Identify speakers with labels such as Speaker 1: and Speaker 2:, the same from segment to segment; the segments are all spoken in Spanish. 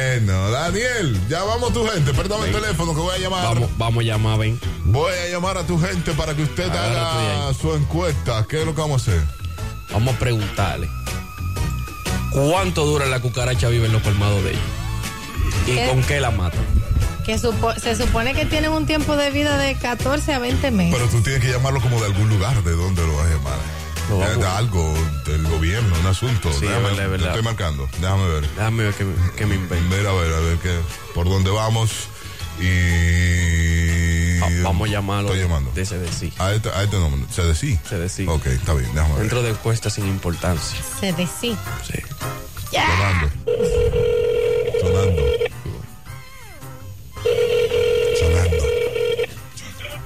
Speaker 1: Bueno, Daniel, ya vamos tu gente. Perdón el teléfono que voy a llamar.
Speaker 2: Vamos, vamos a llamar, ven.
Speaker 1: Voy a llamar a tu gente para que usted
Speaker 2: Ahora estoy
Speaker 1: haga
Speaker 2: ahí.
Speaker 1: su encuesta. ¿Qué es lo que vamos a hacer?
Speaker 2: Vamos a preguntarle. ¿Cuánto dura la cucaracha viva en los colmados de ellos? ¿Y
Speaker 3: ¿Qué?
Speaker 2: con qué la matan?
Speaker 3: Que supo- se supone que tienen un tiempo de vida de 14 a 20 meses.
Speaker 1: Pero tú tienes que llamarlo como de algún lugar, de dónde lo vas a llamar.
Speaker 2: Lo
Speaker 1: Eh,
Speaker 2: vamos.
Speaker 1: de algo del gobierno, un asunto.
Speaker 2: Sí, es
Speaker 1: Déjame-
Speaker 2: verdad, es
Speaker 1: te
Speaker 2: verdad.
Speaker 1: estoy marcando. Déjame ver.
Speaker 2: Déjame ver que, me- que me invento.
Speaker 1: Ver a ver, a ver qué, por dónde vamos. Y.
Speaker 2: Ah, vamos a llamarlo
Speaker 1: Estoy
Speaker 2: de-
Speaker 1: llamando.
Speaker 2: de ese de sí.
Speaker 1: A este, a este nombre. ¿Se decí?
Speaker 2: Se decí.
Speaker 1: Ok, está bien, déjame ver.
Speaker 2: Dentro de encuestas sin importancia.
Speaker 3: Se decía.
Speaker 2: Sí.
Speaker 1: Sonando. Sonando. Sonando.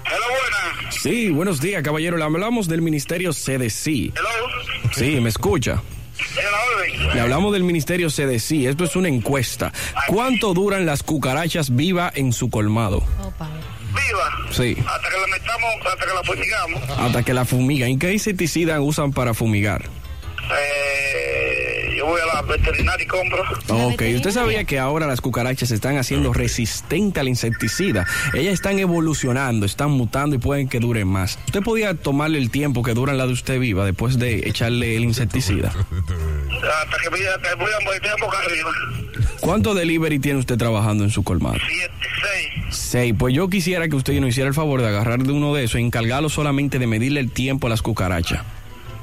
Speaker 4: Hello, buenas.
Speaker 5: Sí, buenos días, caballero. Le hablamos del Ministerio CDC.
Speaker 4: Hello.
Speaker 5: Sí, me escucha.
Speaker 4: En la orden.
Speaker 5: Le hablamos del Ministerio CDC. Esto es una encuesta. ¿Cuánto duran las cucarachas viva en su colmado?
Speaker 3: Oh, padre.
Speaker 4: Viva.
Speaker 5: Sí.
Speaker 4: Hasta que la metamos, hasta que la fusilamos.
Speaker 5: Hasta que la fumigan. ¿Y qué insecticida usan para fumigar?
Speaker 4: Eh, yo voy a la veterinaria y compro.
Speaker 3: La
Speaker 5: Ok,
Speaker 3: veterinaria.
Speaker 5: ¿usted sabía que ahora las cucarachas se están haciendo resistentes al insecticida? Ellas están evolucionando, están mutando y pueden que duren más. ¿Usted podía tomarle el tiempo que duran la de usted viva después de echarle el insecticida?
Speaker 4: Hasta que voy a, hasta que voy a morir de boca arriba.
Speaker 5: ¿Cuánto delivery tiene usted trabajando en su colmado?
Speaker 4: Siete, seis.
Speaker 5: Sí, pues yo quisiera que usted nos hiciera el favor de agarrar de uno de esos y encargarlo solamente de medirle el tiempo a las cucarachas.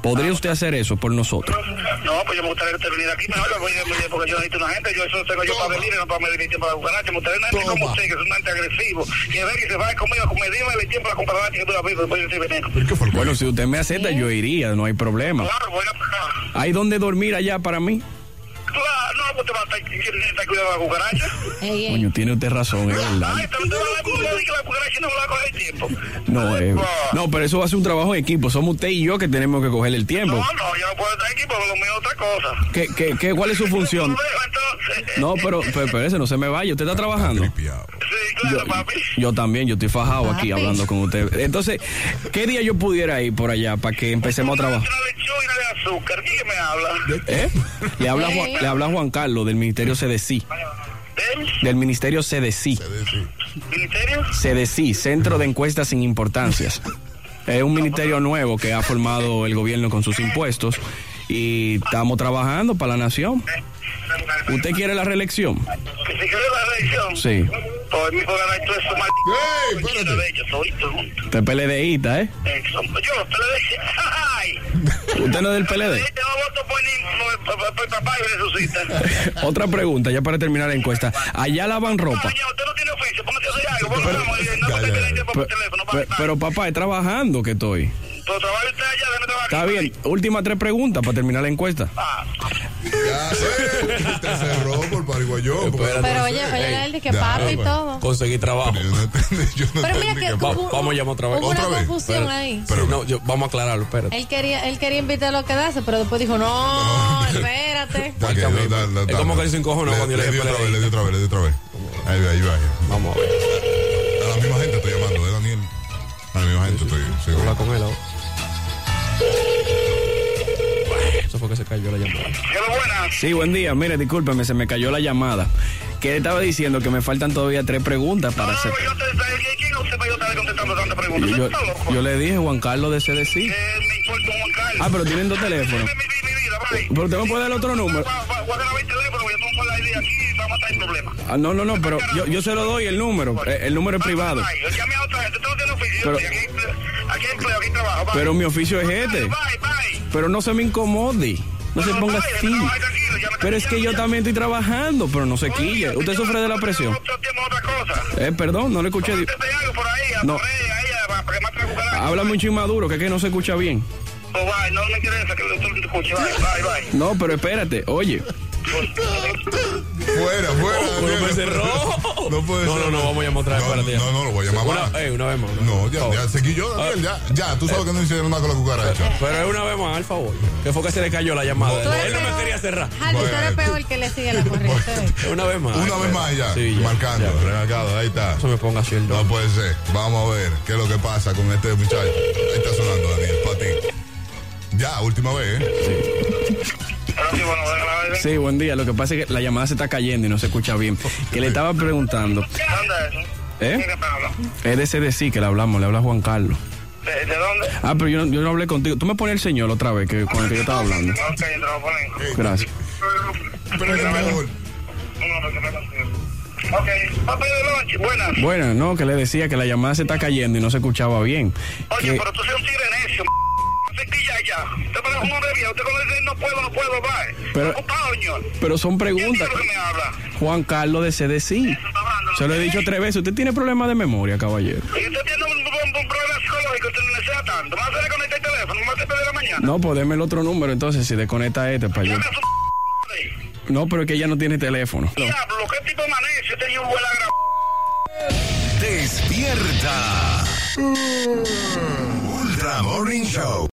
Speaker 5: ¿Podría usted hacer eso por nosotros?
Speaker 4: No, pues yo me gustaría que usted viniera aquí mejor, voy a- voy a- porque yo necesito una gente, yo eso tengo yo
Speaker 1: Toma.
Speaker 4: para venir, no para medir mi tiempo para cucaracha, me gustaría una gente
Speaker 1: Toma.
Speaker 4: como usted, que es un gente agresivo, que ve que se va conmigo, como me dime el tiempo para comparar que tú la vives, después yo estoy veneno.
Speaker 1: ¿Pero qué fue el
Speaker 5: Bueno,
Speaker 1: bueno,
Speaker 5: si usted me acepta, yo iría, no hay problema.
Speaker 4: Claro, voy a
Speaker 5: ¿Hay dónde dormir allá para mí?
Speaker 4: Claro, no, pues te va a estar, ¿quién está cuidando la cucaracha?
Speaker 3: Ey, ey.
Speaker 5: Coño, tiene usted razón, es verdad.
Speaker 4: Ay, también te va a dar cuidado de que la cucaracha no me va a coger tiempo.
Speaker 5: No, eh, no, pero eso va a ser un trabajo en equipo. Somos usted y yo que tenemos que coger el
Speaker 4: No,
Speaker 5: tiempo.
Speaker 4: no, yo no puedo estar aquí porque lo mío es otra cosa.
Speaker 5: ¿Qué, qué, qué, cuál es su función?
Speaker 4: Yo veo, entonces.
Speaker 5: No, pero, pero, pero ese no se me vaya. ¿Usted está trabajando?
Speaker 1: tripiado.
Speaker 4: Sí, claro, papi.
Speaker 5: Yo también, yo estoy fajado aquí
Speaker 3: Papi.
Speaker 5: hablando con usted. Entonces, ¿qué día yo pudiera ir por allá para que empecemos a trabajar?
Speaker 4: Una lechuga de azúcar, ¿quién me habla?
Speaker 5: ¿Eh? Le habla, Juan,
Speaker 3: Eh.
Speaker 5: le habla Juan Carlos del Ministerio CDC.
Speaker 4: ¿Del
Speaker 5: Del Ministerio CDC.
Speaker 1: Se decí.
Speaker 4: ministerio?
Speaker 5: CDC, Centro de Encuestas sin Importancias. Es un ministerio nuevo que ha formado el gobierno con sus impuestos y estamos trabajando para la nación. ¿Usted quiere la reelección?
Speaker 4: ¿Que si quiere la reacción?
Speaker 5: Sí.
Speaker 4: Pues mi ganar todo eso mal.
Speaker 1: ¡Ey,
Speaker 4: De
Speaker 1: espérate!
Speaker 4: hecho, soy tú.
Speaker 5: Usted es PLDista, ¿eh?
Speaker 4: Eh, son- Yo, te lo dije. ¡Ay! este
Speaker 5: Usted no es del
Speaker 4: Yo
Speaker 5: PLD.
Speaker 4: voto por ni- por- por- por papá y resucita.
Speaker 5: Otra pregunta, ya para terminar la encuesta. Allá lavan
Speaker 4: No,
Speaker 5: ropa.
Speaker 4: señor, usted no tiene oficio. Póngase a hacer algo. Volvamos. eh, No
Speaker 1: Calla,
Speaker 4: te tiene
Speaker 1: calla.
Speaker 4: tiempo
Speaker 5: Pe-
Speaker 4: por teléfono.
Speaker 5: pe- Pero papá, es trabajando que estoy.
Speaker 4: Pero trabaja usted allá, déjame trabajar.
Speaker 5: Está
Speaker 4: aquí.
Speaker 5: bien, últimas tres preguntas para terminar la encuesta.
Speaker 4: Ah,
Speaker 1: Ya sé. Te cerró por pariguayón. porque-
Speaker 2: Espérate.
Speaker 3: Pero oye, oye, él que
Speaker 1: Ya,
Speaker 3: papi y
Speaker 1: bueno.
Speaker 3: todo.
Speaker 2: Conseguir trabajo.
Speaker 1: Yo no entendí. Yo no
Speaker 3: Pero mira
Speaker 1: entendí
Speaker 3: que
Speaker 1: qué-
Speaker 3: hubo-
Speaker 2: vamos a llamar otra vez.
Speaker 3: Hubo
Speaker 1: Otra
Speaker 3: una
Speaker 1: vez,
Speaker 3: confusión ahí.
Speaker 1: Pero-
Speaker 2: Sí, no, yo- vamos a aclararlo, espérate.
Speaker 3: Él quería, él quería invitarlo a quedarse, pero después dijo, no, espérate.
Speaker 1: Ok,
Speaker 2: Marca
Speaker 1: da-
Speaker 2: mismo.
Speaker 1: da- da-
Speaker 2: Es
Speaker 1: da-
Speaker 2: como que él se encojona
Speaker 1: Le-
Speaker 2: cuando yo le
Speaker 1: Le di
Speaker 2: dije
Speaker 1: otra vez,
Speaker 2: PLD.
Speaker 1: le di otra vez, le di otra vez. Ahí va, ahí va. ahí
Speaker 2: Vamos a ver.
Speaker 1: va. A la misma gente estoy llamando, ¿eh, Daniel? A la misma gente estoy. sí,
Speaker 2: Habla con él ahora. Eso fue que se cayó la llamada.
Speaker 4: Hello, buenas.
Speaker 5: Sí, buen día. Mire, discúlpeme, se me cayó la llamada. Que estaba diciendo que me faltan todavía tres preguntas para hacer.
Speaker 4: No, Ah, pues yo te te- ¿quién no sepa yo estaré contestando tantas preguntas?
Speaker 5: Yo,
Speaker 4: ¿Usted está loco?
Speaker 5: yo le dije Juan Carlos de CDC.
Speaker 4: Eh, me importa un Juan Carlos.
Speaker 5: Ah, pero tienen dos teléfonos.
Speaker 4: Esa es mi- mi- mi vida, bye.
Speaker 5: Pero usted me puede dar otro número.
Speaker 4: Va- va- voy a grabar el teléfono, yo tengo la idea aquí y vamos a estar en problemas.
Speaker 5: Ah, no, no, no, pero yo, yo se lo doy el número. eh, El número es privado.
Speaker 4: Bye, bye. Llame a otra gente, tú no tienes oficio,
Speaker 5: Pero-
Speaker 4: y aquí, aquí hay empleo, aquí hay trabajo. bye.
Speaker 5: Pero mi oficio es este.
Speaker 4: Bye, bye.
Speaker 5: Pero no se me incomode. No se
Speaker 4: Pero
Speaker 5: ponga
Speaker 4: bye,
Speaker 5: así.
Speaker 4: trabaja tranquilo, ya me-
Speaker 5: Pero es que yo también estoy trabajando, pero no se quille. Usted sufre de la presión.
Speaker 4: Yo tengo otra cosa.
Speaker 5: Eh, perdón, no le escuché. Di-
Speaker 4: Póngase algo por ahí, a
Speaker 5: No. Ah.
Speaker 4: por ahí, ahí, a- para que mate la cucaracha.
Speaker 5: Háblame un chin maduro, que es que no se escucha bien.
Speaker 4: Oh, bye, no me interesa que el doctor te escuche. Bye, bye, bye.
Speaker 5: No, pero espérate, oye.
Speaker 1: Fuera, fuera.
Speaker 2: Pero
Speaker 1: Daniel.
Speaker 2: me cerró.
Speaker 1: No puede
Speaker 2: No,
Speaker 1: ser.
Speaker 2: no, no, vamos a llamar otra vez.
Speaker 1: No,
Speaker 2: espérate, ya.
Speaker 1: No, no, lo voy a llamar más.
Speaker 2: Una, eh, una vez más. una
Speaker 1: No,
Speaker 2: vez
Speaker 1: ya,
Speaker 2: más.
Speaker 1: ya, seguí yo, Daniel, ya, ya, tú sabes que no hicieron nada con la cucaracha.
Speaker 2: Pero es una vez más, al favor. Que fue que se le cayó la llamada.
Speaker 3: Tú eres
Speaker 2: él no me
Speaker 3: peor.
Speaker 2: quería cerrar.
Speaker 3: Hardy, tú eres
Speaker 1: Bueno.
Speaker 3: peor que le sigue la corriente.
Speaker 2: Es Una vez más.
Speaker 1: Una vez más ya,
Speaker 2: eh, Sí, ya,
Speaker 1: marcando,
Speaker 2: ya.
Speaker 1: remarcado, ahí está.
Speaker 2: Eso me ponga así el
Speaker 1: No
Speaker 2: don.
Speaker 1: puede ser, vamos a ver qué es lo que pasa con este muchacho. Ahí está sonando, Daniel, para ti. Ya, última vez, ¿eh?
Speaker 4: Pero sí, bueno, de la vaina.
Speaker 5: Sí, buen día. Lo que pasa es que la llamada se está cayendo y no se escucha bien. Que le estaba preguntando.
Speaker 4: ¿Dónde es eso?
Speaker 5: ¿Eh?
Speaker 4: ¿Quién que te habla?
Speaker 5: Es de ese de sí que le hablamos, le habla Juan Carlos.
Speaker 4: ¿De, de dónde?
Speaker 5: Ah, pero yo no, yo no hablé contigo. Tú me pones el señor otra vez que, con el que yo estaba hablando.
Speaker 4: Ok, te lo voy a poner.
Speaker 5: Gracias.
Speaker 1: Pero es el mejor.
Speaker 4: No, no, que me consigo. Ok, papi de noche, buenas.
Speaker 5: Bueno, no, que le decía que la llamada se está cayendo y no se escuchaba bien.
Speaker 4: Oye,
Speaker 5: Que-
Speaker 4: pero tú eres un tigre necio, m***. No se quilla ya. Usted parece un hombre viejo. Usted cuando dice no puedo, no puedo, va.
Speaker 5: Pero-
Speaker 4: Ocupado, señor.
Speaker 5: Pero son
Speaker 4: ¿Quién
Speaker 5: preguntas.
Speaker 4: diablo que me habla?
Speaker 5: Juan Carlos de CDC. Se lo he dicho tres veces. Usted tiene problemas de memoria, caballero.
Speaker 4: Y usted tiene un, un- un problema psicológico, usted no necesita tanto. Más a conectar el teléfono, más te de la mañana.
Speaker 5: No, pues deme el otro número entonces si desconecta este para yo.
Speaker 4: Llame a su madre.
Speaker 5: No, pero es que ella no tiene teléfono.
Speaker 4: Diablo, ¿qué tipo amanece? Este es un buen gran...
Speaker 6: Despierta. Ultra Morning Show.